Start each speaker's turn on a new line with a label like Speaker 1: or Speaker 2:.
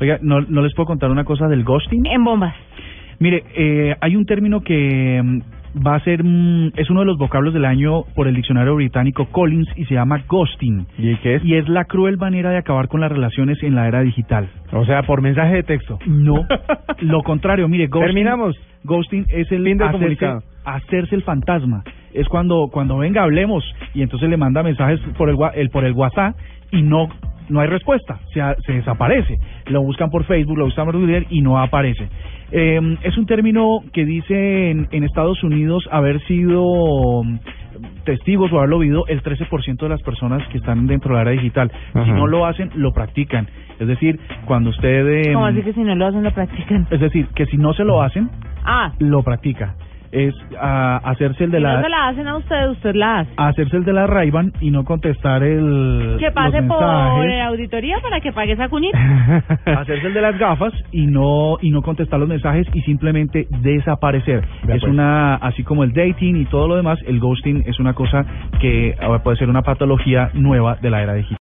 Speaker 1: Oiga, ¿no, no les puedo contar una cosa del ghosting?
Speaker 2: En bombas.
Speaker 1: Mire, eh, hay un término que mm, va a ser, mm, es uno de los vocablos del año por el diccionario británico Collins y se llama ghosting.
Speaker 3: ¿Y qué es?
Speaker 1: Y es la cruel manera de acabar con las relaciones en la era digital.
Speaker 3: O sea, por mensaje de texto.
Speaker 1: No, lo contrario, mire, ghosting,
Speaker 3: Terminamos.
Speaker 1: ghosting es el
Speaker 3: Fin del
Speaker 1: hacerse,
Speaker 3: comunicado.
Speaker 1: hacerse el fantasma. Es cuando cuando venga hablemos y entonces le manda mensajes por el, wa- el- por el WhatsApp y no no hay respuesta, se, ha- se desaparece. Lo buscan por Facebook, lo buscan por Twitter y no aparece. Eh, es un término que dice en, en Estados Unidos haber sido mm, testigos o haberlo oído el 13% de las personas que están dentro de la era digital. Si
Speaker 3: Ajá.
Speaker 1: no lo hacen, lo practican. Es decir, cuando usted... eh,
Speaker 2: Como así que si no lo hacen, lo practican.
Speaker 1: es decir, que si no se lo hacen,
Speaker 2: Ah,
Speaker 1: lo practica. Es ah, hacerse el de
Speaker 2: si no
Speaker 1: la,
Speaker 2: se la hacen a usted, usted la hace.
Speaker 1: hacerse el de la Rayban y no contestar el
Speaker 2: Que pase
Speaker 1: Ah, los
Speaker 2: por
Speaker 1: mensajes,
Speaker 2: la auditoría para que pague esa cuñita.
Speaker 1: hacerse el de las gafas y no y no contestar los mensajes y simplemente desaparecer.
Speaker 3: Vea
Speaker 1: es
Speaker 3: pues.
Speaker 1: una así como el dating y todo lo demás, el ghosting es una cosa que ah, puede ser una patología nueva de la era digital.